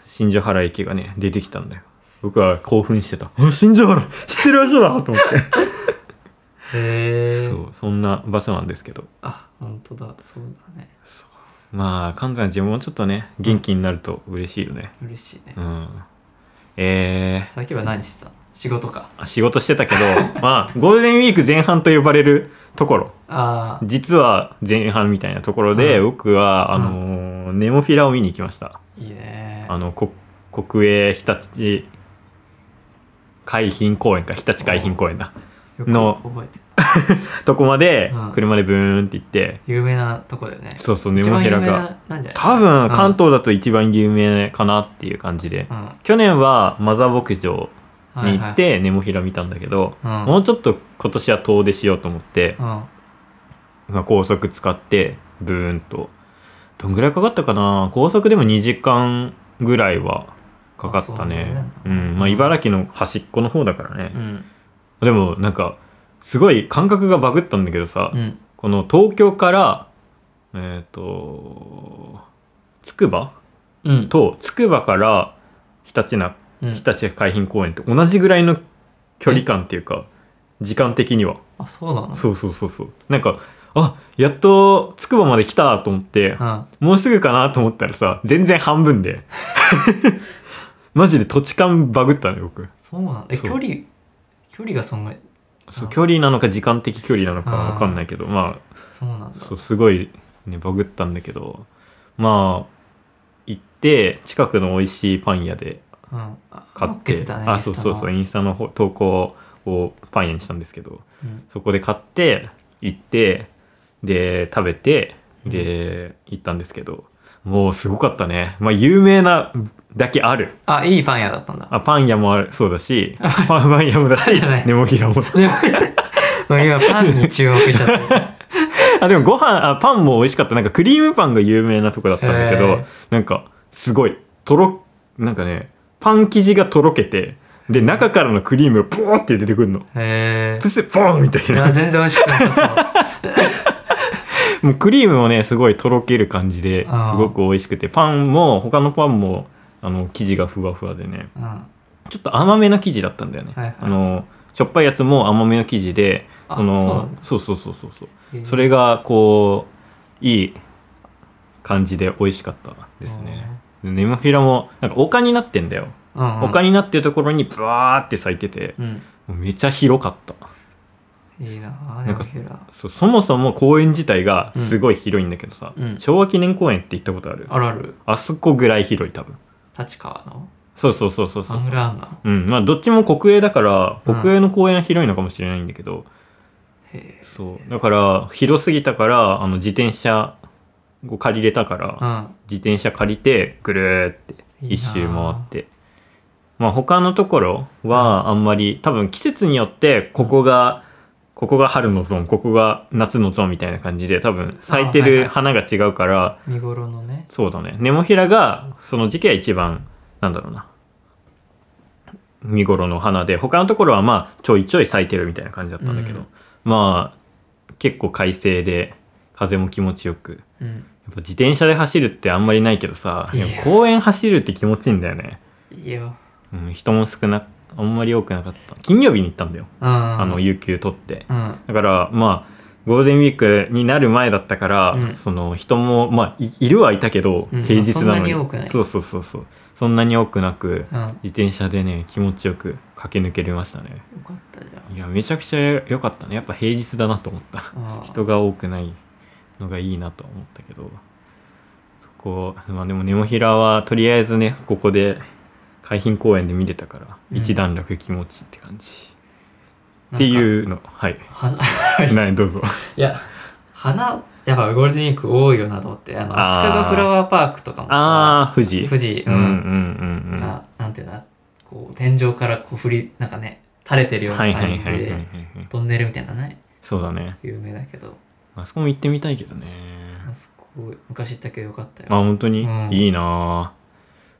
[SPEAKER 2] 新所原駅がね出てきたんだよ。僕は興奮してた。あ新所原知ってる場所だと思って。
[SPEAKER 1] へえ
[SPEAKER 2] そうそんな場所なんですけど。
[SPEAKER 1] あ本当だそうだね
[SPEAKER 2] まあ関西の自分もちょっとね元気になると嬉しいよね。
[SPEAKER 1] 嬉しいね、
[SPEAKER 2] うん。えー、
[SPEAKER 1] さっきは何してたの仕事か
[SPEAKER 2] 仕事してたけ どまあゴールデンウィーク前半と呼ばれるところ
[SPEAKER 1] ああ
[SPEAKER 2] 実は前半みたいなところで、
[SPEAKER 1] うん
[SPEAKER 2] 僕はあのーネモフィラを見に行きました、
[SPEAKER 1] いいね
[SPEAKER 2] あのこ国営日立海浜公園か日立海浜公園だ
[SPEAKER 1] よく
[SPEAKER 2] の
[SPEAKER 1] 覚えてる
[SPEAKER 2] とこまで
[SPEAKER 1] うん
[SPEAKER 2] 車でブーンって行って、
[SPEAKER 1] 有名なとこだよね
[SPEAKER 2] そうそうネモフィラ
[SPEAKER 1] 一番
[SPEAKER 2] が
[SPEAKER 1] 有名なんじゃない
[SPEAKER 2] 多分関東だと一番有名かなっていう感じで、
[SPEAKER 1] うん
[SPEAKER 2] 去年はマザー牧場
[SPEAKER 1] うんはい
[SPEAKER 2] に
[SPEAKER 1] は
[SPEAKER 2] 行
[SPEAKER 1] い
[SPEAKER 2] ってネモフィラ見たんだけど、
[SPEAKER 1] うん
[SPEAKER 2] もうちょっと今年は遠出しようと思って、
[SPEAKER 1] うん
[SPEAKER 2] まあ、高速使ってブーンとどんぐらいかかったかな高速でも2時間ぐらいはかかった
[SPEAKER 1] あ
[SPEAKER 2] ねう
[SPEAKER 1] そうなんだ
[SPEAKER 2] んまあ茨城の端っこの方だからね
[SPEAKER 1] う、ん
[SPEAKER 2] でもなんかすごい感覚がバグったんだけどさ、
[SPEAKER 1] うん
[SPEAKER 2] この東京からえっ、とつくば
[SPEAKER 1] うん
[SPEAKER 2] とつくばからひたちな
[SPEAKER 1] うん
[SPEAKER 2] ひたち海浜公園と同じぐらいの距離感っていうか時間的には
[SPEAKER 1] あそうなの
[SPEAKER 2] そうそうそうそうなんかあやっとつくばまで来たと思って
[SPEAKER 1] うん
[SPEAKER 2] もうすぐかなと思ったらさ全然半 分でマジで土地勘バグったね僕
[SPEAKER 1] そうなんえ
[SPEAKER 2] そう
[SPEAKER 1] 距離距離がそんな
[SPEAKER 2] そ
[SPEAKER 1] あ
[SPEAKER 2] う距離なのか時間的距離なのか
[SPEAKER 1] あー
[SPEAKER 2] わかんないけどま
[SPEAKER 1] そうなん
[SPEAKER 2] あ
[SPEAKER 1] だ
[SPEAKER 2] そうすごいねバグったんだけどまあ行って近くの美味しいパン屋で
[SPEAKER 1] うんあ
[SPEAKER 2] 買
[SPEAKER 1] 乗
[SPEAKER 2] っ
[SPEAKER 1] け
[SPEAKER 2] て
[SPEAKER 1] たね
[SPEAKER 2] あそうそう
[SPEAKER 1] 下
[SPEAKER 2] そ
[SPEAKER 1] の
[SPEAKER 2] うインスタの方投稿をパン屋にしたんですけど
[SPEAKER 1] うん
[SPEAKER 2] そこで買って行ってで食べてで行ったんですけど、もうすごかったねまあ有名なだけある
[SPEAKER 1] あいいパン屋だったんだ
[SPEAKER 2] あパン屋もあるそうだしパンパン屋もだ
[SPEAKER 1] パン
[SPEAKER 2] し
[SPEAKER 1] じゃない
[SPEAKER 2] ネモフィラ も
[SPEAKER 1] でも今パンに注目しちゃった
[SPEAKER 2] あでもご飯あパンも美味しかったなんかクリームパンが有名なとこだったんだけ
[SPEAKER 1] へ
[SPEAKER 2] ど
[SPEAKER 1] ー
[SPEAKER 2] なんかすごいとろなんかねパン生地がとろけてで中からのクリームがポーって出てくるの
[SPEAKER 1] へえ
[SPEAKER 2] プスポーンみたい
[SPEAKER 1] いや
[SPEAKER 2] な
[SPEAKER 1] 全然美味しくなさ
[SPEAKER 2] もうクリームもねすごいとろける感じで
[SPEAKER 1] あー
[SPEAKER 2] すごく美味しくてパンも他のパンもあの生地がふわふわでね
[SPEAKER 1] そう、うん、
[SPEAKER 2] ちょっと甘めな生地だったんだよね、
[SPEAKER 1] はいはい
[SPEAKER 2] あのしょっぱいやつも甘めの生地で
[SPEAKER 1] あ
[SPEAKER 2] そ
[SPEAKER 1] そうな
[SPEAKER 2] の
[SPEAKER 1] んだ
[SPEAKER 2] そうそうそうそうそう
[SPEAKER 1] へえ
[SPEAKER 2] それがこういい感じで美味しかったですねでネモフィラもなんか丘になってんだよ、
[SPEAKER 1] うん、うん、
[SPEAKER 2] 丘になってるところにブワーって咲いてて、
[SPEAKER 1] うん
[SPEAKER 2] もうめちゃ広かった
[SPEAKER 1] いいなあネ
[SPEAKER 2] な
[SPEAKER 1] モ
[SPEAKER 2] んか
[SPEAKER 1] フィラ
[SPEAKER 2] そうそもそも公園自体がすごい広いんだけどさ、
[SPEAKER 1] うん
[SPEAKER 2] 昭和記念公園って行ったことある
[SPEAKER 1] あるある
[SPEAKER 2] あそこぐらい広い多分
[SPEAKER 1] 立川の
[SPEAKER 2] そうそうそうそうそ
[SPEAKER 1] ア
[SPEAKER 2] う
[SPEAKER 1] ングラーンな
[SPEAKER 2] うんまあどっちも国営だから
[SPEAKER 1] うん
[SPEAKER 2] 国営の公園は広いのかもしれないんだけど、
[SPEAKER 1] へ
[SPEAKER 2] そうだから広すぎたからあの自転車を借りれたから、
[SPEAKER 1] えうん
[SPEAKER 2] 自転車借りてぐるーって
[SPEAKER 1] いいなあ
[SPEAKER 2] 一周回ってまあ他のところはあんまり多分季節によってここが、ここが春のゾーンここが夏のゾーンみたいな感じで多分咲いて
[SPEAKER 1] はいは
[SPEAKER 2] る
[SPEAKER 1] い
[SPEAKER 2] 花が違うから、
[SPEAKER 1] 見頃のね
[SPEAKER 2] そうだねネモフィラがその時期は一番なんだろうな見頃の花で他のところはまあちょいちょい咲いてるみたいな感じだったんだけど、
[SPEAKER 1] うん
[SPEAKER 2] まあ結構快晴で風も気持ちよく
[SPEAKER 1] うん
[SPEAKER 2] やっぱ自転車で走るってあんまりないけどさ
[SPEAKER 1] いや
[SPEAKER 2] でも公園走るって気持ちいいんだよね、
[SPEAKER 1] いいよ
[SPEAKER 2] うん、人も少なあんまり多くなかった金曜日に行ったんだよ、
[SPEAKER 1] うんあ
[SPEAKER 2] あの有給取って
[SPEAKER 1] うん
[SPEAKER 2] だからまあゴールデンウィークになる前だったから、
[SPEAKER 1] うん
[SPEAKER 2] その人もまあいいるはいたけど、
[SPEAKER 1] うん
[SPEAKER 2] 平日
[SPEAKER 1] そ
[SPEAKER 2] なのに
[SPEAKER 1] んなに多くない
[SPEAKER 2] そうそうそうそうそんなに多くなく
[SPEAKER 1] うんよ
[SPEAKER 2] 自転車でね気持ちよく駆け抜けれましたね
[SPEAKER 1] かったじゃん
[SPEAKER 2] いやめちゃくちゃ良かったねやっぱ平日だなと思った
[SPEAKER 1] ああ
[SPEAKER 2] 人が多くないのがいいなと思ったけどそこまあでもネモフィラはとりあえずねここで海浜公園で見れたから、
[SPEAKER 1] うん
[SPEAKER 2] 一段落気持ちって感じ
[SPEAKER 1] なんか
[SPEAKER 2] っていうのはい
[SPEAKER 1] 花
[SPEAKER 2] ないどうぞ
[SPEAKER 1] いや花やっぱゴールデンウィーク多いよなと思ってあの
[SPEAKER 2] あー
[SPEAKER 1] 足利フラワーパークとかもさ
[SPEAKER 2] ああ富士
[SPEAKER 1] 富士
[SPEAKER 2] うん
[SPEAKER 1] う
[SPEAKER 2] うん
[SPEAKER 1] ん
[SPEAKER 2] うんうんは
[SPEAKER 1] がなんていうんだこう天井からこう振りなんかね垂れてる
[SPEAKER 2] い
[SPEAKER 1] よう
[SPEAKER 2] はい
[SPEAKER 1] な
[SPEAKER 2] はい
[SPEAKER 1] 感
[SPEAKER 2] はい
[SPEAKER 1] じ
[SPEAKER 2] はいはい
[SPEAKER 1] でトンネルみたいなね
[SPEAKER 2] そうだね
[SPEAKER 1] 有名だけど
[SPEAKER 2] あそこも行ってみたいけどね
[SPEAKER 1] あそこ昔行ったけどよかった
[SPEAKER 2] あ
[SPEAKER 1] よ、
[SPEAKER 2] 本当に、
[SPEAKER 1] うん
[SPEAKER 2] いいな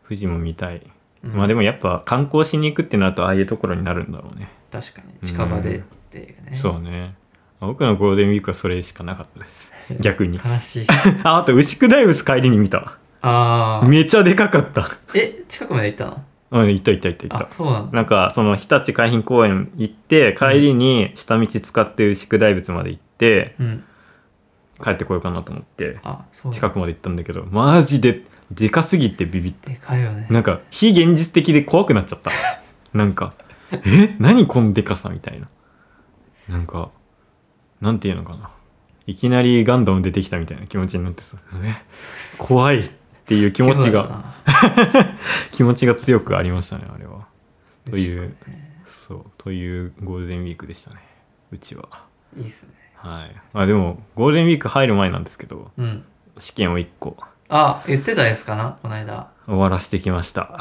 [SPEAKER 2] ぁ富士も見たい、
[SPEAKER 1] うん
[SPEAKER 2] まあでもやっぱ観光しに行くってなるとああいうところになるんだろうね
[SPEAKER 1] 確かに近場でっていうね、
[SPEAKER 2] そうね僕のゴールデンウィークはそれしかなかったです逆に
[SPEAKER 1] 悲しい
[SPEAKER 2] ああと牛久大仏帰りに見た
[SPEAKER 1] ああ
[SPEAKER 2] めちゃでかかった
[SPEAKER 1] え近くまで行ったの
[SPEAKER 2] うん行った行った行った
[SPEAKER 1] あ
[SPEAKER 2] 行っ
[SPEAKER 1] そうなん
[SPEAKER 2] た
[SPEAKER 1] だ
[SPEAKER 2] なんかその日立海浜公園行って帰りに下道使って牛久大仏まで行って
[SPEAKER 1] うん
[SPEAKER 2] 帰ってこようかなと思って
[SPEAKER 1] あそうなんだ
[SPEAKER 2] 近くまで行ったんだけどマジででかすぎてビビって
[SPEAKER 1] でかいよね
[SPEAKER 2] なんか非現実的で怖くなっちゃったなんかえ何このでかさみたいななんかなんていうのかないきなりガンダム出てきたみたいな気持ちになってさえ怖いっていう気持ち
[SPEAKER 1] そうだ
[SPEAKER 2] が
[SPEAKER 1] な
[SPEAKER 2] 気持ちが強くありましたねあれはという
[SPEAKER 1] 確かにね
[SPEAKER 2] そうというゴールデンウィークでしたねうちはい
[SPEAKER 1] いっすね
[SPEAKER 2] はいあでもゴールデンウィーク入る前なんですけど
[SPEAKER 1] うん
[SPEAKER 2] 試験を1個
[SPEAKER 1] あ言ってたやつかなこの間
[SPEAKER 2] 終わらせてきました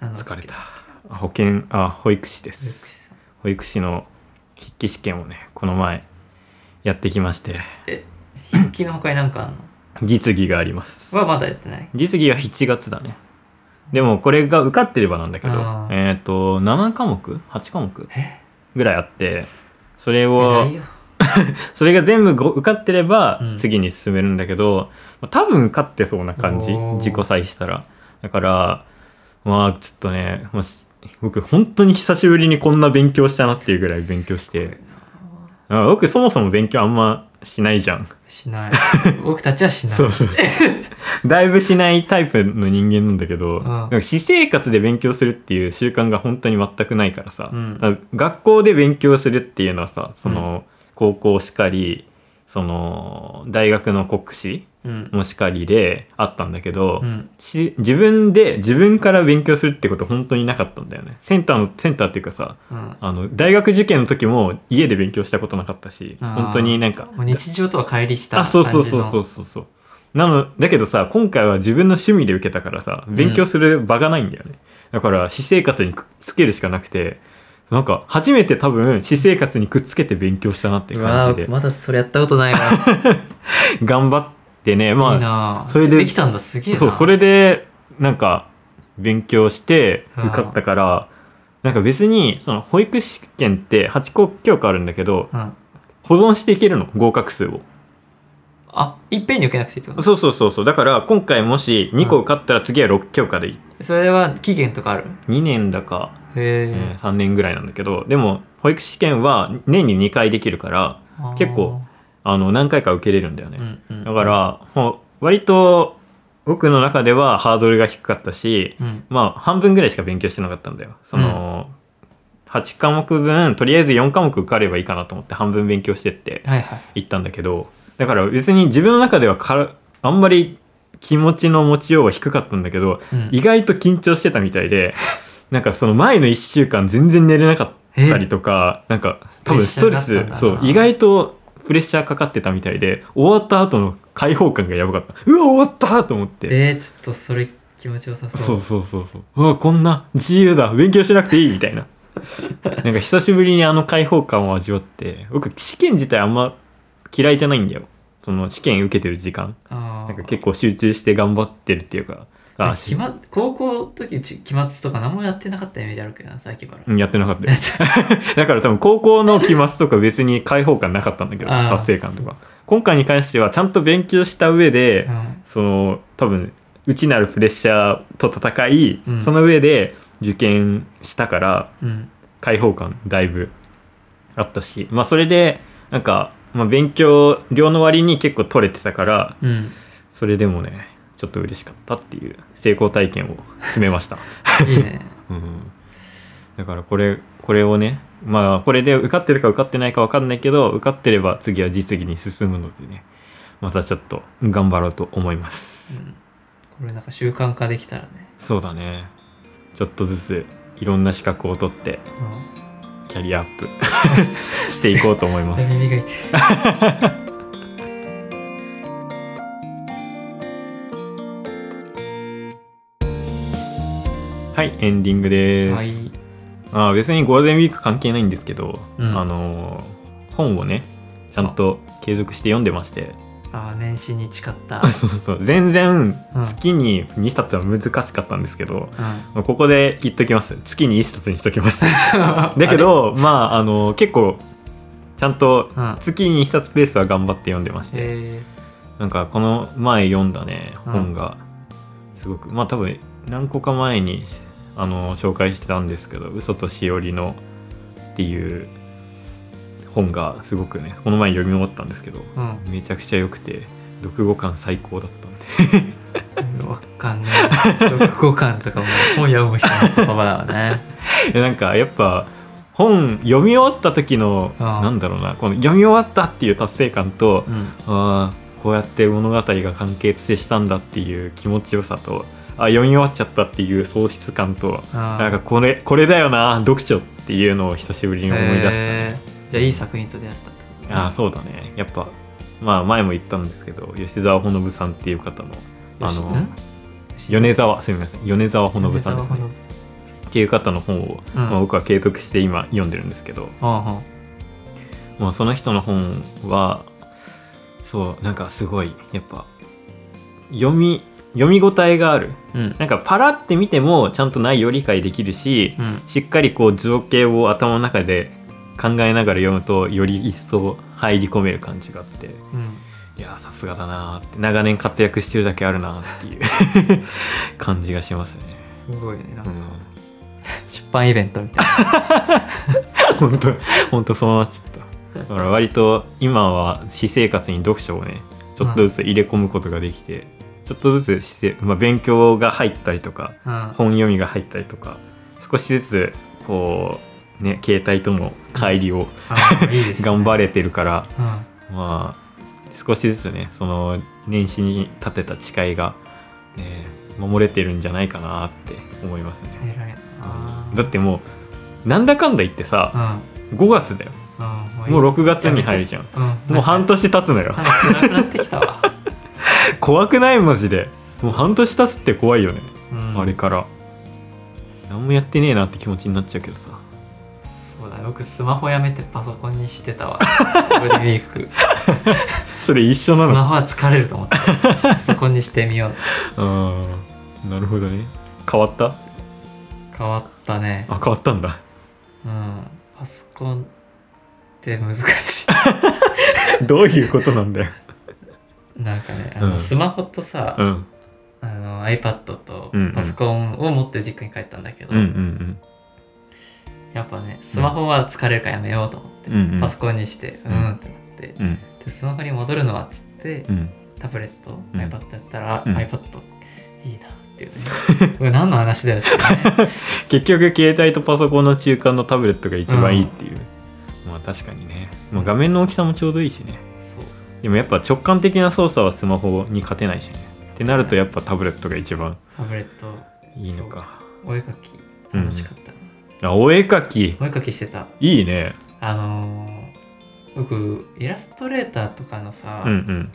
[SPEAKER 1] 何の
[SPEAKER 2] 疲れ
[SPEAKER 1] 時
[SPEAKER 2] た保健あ保育士で
[SPEAKER 1] 保育
[SPEAKER 2] す
[SPEAKER 1] 士さん
[SPEAKER 2] 保育士の筆記試験をねこの前やってきまして
[SPEAKER 1] 筆記の他になんかあんの
[SPEAKER 2] 実技があります
[SPEAKER 1] はまだやってない
[SPEAKER 2] 実技は7月だねでもこれが受かってればなんだけど
[SPEAKER 1] あー
[SPEAKER 2] えっ、と7科目8科目
[SPEAKER 1] え
[SPEAKER 2] ぐらいあってそれ
[SPEAKER 1] 偉
[SPEAKER 2] を
[SPEAKER 1] いよ
[SPEAKER 2] それが全部ご受かってれば
[SPEAKER 1] うん
[SPEAKER 2] 次に進めるんだけど、まあ多分受かってそうな感じ
[SPEAKER 1] おー
[SPEAKER 2] 自己採したらだからまあちょっとね、まあし僕本当に久しぶりにこんな勉強したなっていうぐらい勉強して
[SPEAKER 1] すごいな
[SPEAKER 2] あ僕そもそも勉強あんましないじゃん。
[SPEAKER 1] しない僕たちはしない
[SPEAKER 2] そうそ うそう。だいぶしないタイプの人間なんだけど、
[SPEAKER 1] ん
[SPEAKER 2] なんか私生活で勉強するっていう習慣が本当に全くないからさ、
[SPEAKER 1] うん
[SPEAKER 2] だから学校で勉強するっていうのはさ、その高校しかり、その大学の国試
[SPEAKER 1] うん
[SPEAKER 2] もしかりであったんだけど、
[SPEAKER 1] うん
[SPEAKER 2] し自分で自分から勉強するってこと本当になかったんだよね。センターのセンターっていうかさ、
[SPEAKER 1] うん
[SPEAKER 2] あの大学受験の時も家で勉強したことなかったし
[SPEAKER 1] あー
[SPEAKER 2] 本当になんか
[SPEAKER 1] もう日常とは乖離した
[SPEAKER 2] あ
[SPEAKER 1] 感じ
[SPEAKER 2] そ
[SPEAKER 1] の
[SPEAKER 2] うそうそうそうそうそうなのだけどさ今回は自分の趣味で受けたからさ勉強する場がないんだよね、だから私生活にくっつけるしかなくてなんか初めて多分私生活にくっつけて勉強したなって
[SPEAKER 1] うわ
[SPEAKER 2] 感じ
[SPEAKER 1] ー
[SPEAKER 2] で
[SPEAKER 1] まだそれやったことないわ
[SPEAKER 2] 頑張ってねまあ
[SPEAKER 1] いいなあ
[SPEAKER 2] それで
[SPEAKER 1] できたんだすげえな
[SPEAKER 2] そうそれでなんか勉強して
[SPEAKER 1] うん
[SPEAKER 2] 受かったからなんか別にその保育試験って8個教科あるんだけど
[SPEAKER 1] うん。
[SPEAKER 2] 保存していけるの合格数を
[SPEAKER 1] あ、いっぺんに受けなくていいってこと
[SPEAKER 2] そうそうそうそうだから今回もし2個受かったら次は6教科でいい
[SPEAKER 1] それは期限とかある
[SPEAKER 2] 2年だか、え
[SPEAKER 1] へえ
[SPEAKER 2] ー。3年ぐらいなんだけどでも保育試験は年に2回できるから
[SPEAKER 1] あー
[SPEAKER 2] 結構、あの何回か受けれるんだよね、
[SPEAKER 1] うんうん、
[SPEAKER 2] だか、ら、もう割と僕の中ではハードルが低かったし、
[SPEAKER 1] うん。
[SPEAKER 2] まあ半分ぐらいしか勉強してなかったんだよ。その、8科目分、とりあえず4科目受かればいいかなと思って半分勉強してって
[SPEAKER 1] はいはい。
[SPEAKER 2] 行ったんだけど、だから別に自分の中ではかあんまり気持ちの持ちようは低かったんだけど、
[SPEAKER 1] うん
[SPEAKER 2] 意外と緊張してたみた いで、なんかその前の1週間全然寝れなかったりとか、なんか多分スト
[SPEAKER 1] プ
[SPEAKER 2] レ
[SPEAKER 1] レッシャー
[SPEAKER 2] ス
[SPEAKER 1] だっ、たんだ
[SPEAKER 2] そ
[SPEAKER 1] な
[SPEAKER 2] う、意外とプレッシャーかかってたみたいで、終わった後の解放感がやばかった。うわ、終わったと思って。
[SPEAKER 1] えー、ちょっとそれ気持ちよさそう。
[SPEAKER 2] そうそうそうそう。うわ、こんな自由だ。勉強しなくていいみた いな。なんか久しぶりにあの解放感を味わって、僕試験自体あんま嫌いじゃないんだよ。その試験受けてる時間。
[SPEAKER 1] あー
[SPEAKER 2] なんか結構集中して頑張ってるっていうか。あ、
[SPEAKER 1] 期末高校の時ち期末とか何もやってなかったイメージあるけどな、さっきから。
[SPEAKER 2] うんやってなかったよ
[SPEAKER 1] やっ。て
[SPEAKER 2] だから多分高校の期末とか別に解放感なかったんだけど
[SPEAKER 1] あー
[SPEAKER 2] 達成感とか今回に関してはちゃんと勉強した上で、
[SPEAKER 1] うん
[SPEAKER 2] その多分内なるプレッシャーと戦い、
[SPEAKER 1] うん
[SPEAKER 2] その上で受験したから
[SPEAKER 1] うん。
[SPEAKER 2] 解放感だいぶあったしまあそれでなんか、まあ、勉強量の割に結構取れてたから
[SPEAKER 1] うん。
[SPEAKER 2] それでもねちょっと嬉しかったっていう成功体験を詰めました。
[SPEAKER 1] いいね。
[SPEAKER 2] うん、だからこれこれをねまあこれで受かってるか受かってないか分かんないけど受かってれば次は実技に進むのでねまたちょっと頑張ろうと思います
[SPEAKER 1] うん。これなんか習慣化できたらね。
[SPEAKER 2] そうだねちょっとずついろんな資格を取って
[SPEAKER 1] うん。
[SPEAKER 2] キャリアアップ していこうと思 います
[SPEAKER 1] 耳が痛い。
[SPEAKER 2] はいエンディングです、
[SPEAKER 1] はい。
[SPEAKER 2] まあ別にゴールデンウィーク関係ないんですけど、
[SPEAKER 1] うん
[SPEAKER 2] あのー本をねちゃんと継続して読んでまして
[SPEAKER 1] ああ、年始に誓った。
[SPEAKER 2] あそうそう全然
[SPEAKER 1] うん
[SPEAKER 2] 月に2冊は難しかったんですけど、
[SPEAKER 1] うん。
[SPEAKER 2] まあここで言っときます月に1冊にしときます だけどまああの結構ちゃんと
[SPEAKER 1] うん。
[SPEAKER 2] 月に1冊ペースは頑張って読んでまして、
[SPEAKER 1] え
[SPEAKER 2] なんかこの前読んだね
[SPEAKER 1] うん
[SPEAKER 2] 本がすごく、まあ多分何個か前にあの紹介してたんですけど「嘘としおりの」っていう本がすごくねこの前読み終わったんですけど
[SPEAKER 1] ー、うん。
[SPEAKER 2] めちゃくちゃ良くて読後感最高だったんで
[SPEAKER 1] わかんねえ。読後感とかも本読む人の言葉だわね。
[SPEAKER 2] えなんかやっぱ本読み終わった時の
[SPEAKER 1] ああ
[SPEAKER 2] なんだろうなこの読み終わったっていう達成感と
[SPEAKER 1] うん。
[SPEAKER 2] ああこうやって物語が完結したんだっていう気持ちよさとあ読み終わっちゃったっていう喪失感とな
[SPEAKER 1] なん
[SPEAKER 2] かこれこれだよな読書っていうのを久しぶりに思い出したね、
[SPEAKER 1] じゃあいい作品と出会ったってこと
[SPEAKER 2] ああそうだねやっぱまあ前も言ったんですけど吉沢ほのぶさんっていう方のあ
[SPEAKER 1] よし
[SPEAKER 2] の
[SPEAKER 1] ん
[SPEAKER 2] 米沢すみません米沢ほのぶさんです
[SPEAKER 1] 米
[SPEAKER 2] ね
[SPEAKER 1] 沢ほのぶ
[SPEAKER 2] っていう方の本を、
[SPEAKER 1] うん
[SPEAKER 2] まあ、僕は継続して今読んでるんですけど、
[SPEAKER 1] さんはあは
[SPEAKER 2] もうその人の本はそうなんかすごいやっぱ読み読み応えがある
[SPEAKER 1] あうん
[SPEAKER 2] なんかパラって見てもちゃんと内容理解できるし、
[SPEAKER 1] うん
[SPEAKER 2] しっかりこう情景を頭の中で考えながら読むとより一層入り込める感じがあって
[SPEAKER 1] うん
[SPEAKER 2] いやーさすがだなーって長年活躍してるだけあるなーっていう 感じがしますね。
[SPEAKER 1] すごいねなん
[SPEAKER 2] う
[SPEAKER 1] か
[SPEAKER 2] ん
[SPEAKER 1] 出版イベントみたい
[SPEAKER 2] 本当本当そうなっちゃっただから割と今は私生活に読書をねちょっとずつ入れ込むことができて、ちょっとずつ私生、まあ、勉強が入ったりとか
[SPEAKER 1] なうん
[SPEAKER 2] 本読みが入ったりとか少しずつこうね携帯との乖離を
[SPEAKER 1] あいいですね
[SPEAKER 2] 頑張れてるから、
[SPEAKER 1] うん
[SPEAKER 2] まあ少しずつねその年始に立てた誓いが、ね、守れてるんじゃないかなって思いますね、
[SPEAKER 1] 偉いな
[SPEAKER 2] だってもうなんだかんだ言って
[SPEAKER 1] う
[SPEAKER 2] さ
[SPEAKER 1] ん
[SPEAKER 2] 5月だよ
[SPEAKER 1] うん
[SPEAKER 2] もう
[SPEAKER 1] ろ
[SPEAKER 2] 6月に入るじゃん。もう半
[SPEAKER 1] 年
[SPEAKER 2] 年経つのよ
[SPEAKER 1] な。んか辛くなってきた わ
[SPEAKER 2] 怖くないマジで。もう半年経つって怖いよね。
[SPEAKER 1] うん
[SPEAKER 2] あれから。何もやってねえなって気持ちになっちゃうけどさ。
[SPEAKER 1] そうだよくスマホやめてパソコンにしてた わゴールデンウィーク
[SPEAKER 2] それ一
[SPEAKER 1] ス
[SPEAKER 2] 緒なの。
[SPEAKER 1] マホは疲れると思ってパソコンにしてみよう
[SPEAKER 2] あーなるほどね。変わった
[SPEAKER 1] 変わったね
[SPEAKER 2] あ変わったんだ
[SPEAKER 1] うんパソコンって難し
[SPEAKER 2] どういうことなんだよ
[SPEAKER 1] いなんかねあの、
[SPEAKER 2] うん
[SPEAKER 1] スマホとさ、
[SPEAKER 2] うん
[SPEAKER 1] あの iPad と
[SPEAKER 2] うんうん
[SPEAKER 1] パソコンを持って実家に帰ったんだけど、
[SPEAKER 2] うんうん
[SPEAKER 1] やっぱねスマホは疲れるからやめようと思って、
[SPEAKER 2] うんうんうん
[SPEAKER 1] パソコンにしてうんんってなって、
[SPEAKER 2] うん
[SPEAKER 1] でスマホに戻るのはっつって、
[SPEAKER 2] うん
[SPEAKER 1] タブレット、
[SPEAKER 2] うん
[SPEAKER 1] iPad やったら、
[SPEAKER 2] うん
[SPEAKER 1] iPad いいなっていうね これ何の話だよってね
[SPEAKER 2] 結局携帯とパソコンの中間のタブレットが一番いいっていう、まあ確かにね、まあ、画面の大きさもちょうどいいしね
[SPEAKER 1] そう
[SPEAKER 2] でもやっぱ直感的な操作はスマホに勝てないしねってなるとやっぱタブレットが一番
[SPEAKER 1] タブレット
[SPEAKER 2] いいのか
[SPEAKER 1] お絵描き楽しかったな、
[SPEAKER 2] あお絵描き
[SPEAKER 1] お絵描きしてた
[SPEAKER 2] いいね
[SPEAKER 1] あのー、僕イラストレーターとかのさ、
[SPEAKER 2] うんうん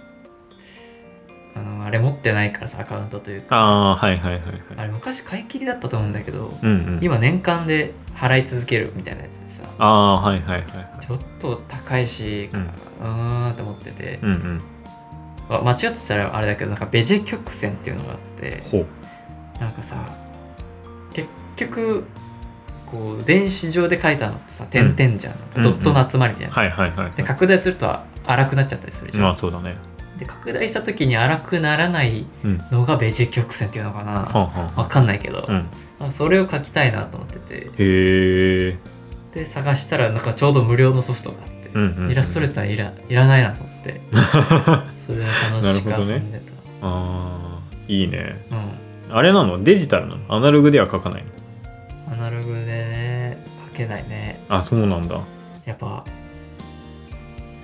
[SPEAKER 1] あのあれ持ってないからさアカウントというか
[SPEAKER 2] ああはいはいはいはい
[SPEAKER 1] あれ昔買い切りだったと思うんだけど
[SPEAKER 2] うんうん
[SPEAKER 1] 今年間で払い続けるみたいなやつでさ
[SPEAKER 2] ああはいはいはいはい
[SPEAKER 1] ちょっと高いし
[SPEAKER 2] うん
[SPEAKER 1] うーんって思ってて、
[SPEAKER 2] うんうん
[SPEAKER 1] わ間違ってたらあれだけどなんかベジ曲線っていうのがあって
[SPEAKER 2] ほう
[SPEAKER 1] なんかさ結局こう電子上で書いたのってさ点々じゃん,、
[SPEAKER 2] うん
[SPEAKER 1] ドットの集まりみたいな、
[SPEAKER 2] はいはいはい
[SPEAKER 1] で拡大すると荒くなっちゃったりするじゃん、
[SPEAKER 2] まあそうだね
[SPEAKER 1] で拡大した時に荒くならない
[SPEAKER 2] うん
[SPEAKER 1] のがベジ曲線っていうのかな、
[SPEAKER 2] はんはんは
[SPEAKER 1] わかんないけど、
[SPEAKER 2] んうん
[SPEAKER 1] あそれを書きたいなと思ってて
[SPEAKER 2] へえ
[SPEAKER 1] で探したらなんかちょうど無料のソフトがあって、
[SPEAKER 2] うんうんうん
[SPEAKER 1] イラストレーターいらいらないなと思って それで楽しく
[SPEAKER 2] なるほどね
[SPEAKER 1] 遊んでた、
[SPEAKER 2] あーいいね
[SPEAKER 1] うん
[SPEAKER 2] あれなのデジタルなのアナログでは描かないの
[SPEAKER 1] アナログでね書けないね
[SPEAKER 2] あそうなんだ
[SPEAKER 1] やっぱやっ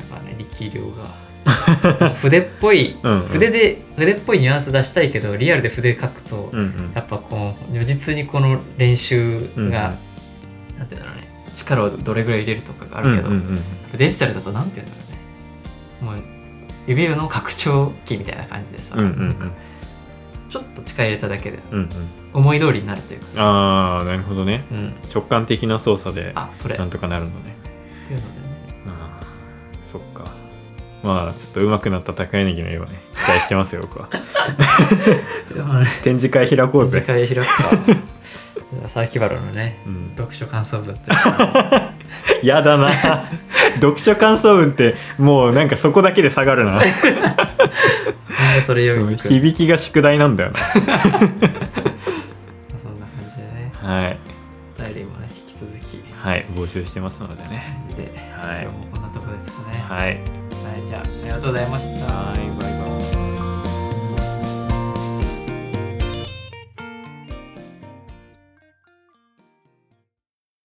[SPEAKER 1] ぱね力量 が筆っぽい
[SPEAKER 2] うん、うん、
[SPEAKER 1] 筆で筆っぽいニュアンス出したいけどリアルで筆書くと、
[SPEAKER 2] うんうん
[SPEAKER 1] やっぱこう如実にこの練習
[SPEAKER 2] うん
[SPEAKER 1] が、なんていうんだろうね力をどれぐらい入れるとかがあるけど、
[SPEAKER 2] うんうんうん
[SPEAKER 1] デジタルだとなんていうんだろうねもう指の拡張器みたいな感じでさ、
[SPEAKER 2] うんうんう
[SPEAKER 1] なんんかちょっと力入れただけで
[SPEAKER 2] うんうん
[SPEAKER 1] 思い通りになるというかさ、
[SPEAKER 2] ああなるほどね
[SPEAKER 1] うん、
[SPEAKER 2] 直感的な操作で
[SPEAKER 1] あそれ
[SPEAKER 2] な
[SPEAKER 1] っ
[SPEAKER 2] んとかなるのね
[SPEAKER 1] ていうのでね
[SPEAKER 2] あーそっかまあちょっと上手くなった高柳の絵はね期待して ますよ僕は
[SPEAKER 1] でも ね
[SPEAKER 2] 展示会開こう
[SPEAKER 1] 次
[SPEAKER 2] ぜ、
[SPEAKER 1] 回開くかじゃあ佐伯原のね
[SPEAKER 2] うん、
[SPEAKER 1] 読書感想文というか
[SPEAKER 2] やだな読書感想文ってもうなんかそこだけで下がる な
[SPEAKER 1] なんでそれ読みに行く
[SPEAKER 2] 響きが宿題なんだよな
[SPEAKER 1] そんな感じでね
[SPEAKER 2] はい
[SPEAKER 1] お便りもね引き続き
[SPEAKER 2] はい募集してますのでね
[SPEAKER 1] 感じで
[SPEAKER 2] はい
[SPEAKER 1] 今日もこんなとこですかね。
[SPEAKER 2] はい
[SPEAKER 1] はい、じゃあ、ありがとうございました。
[SPEAKER 2] はいバイバイ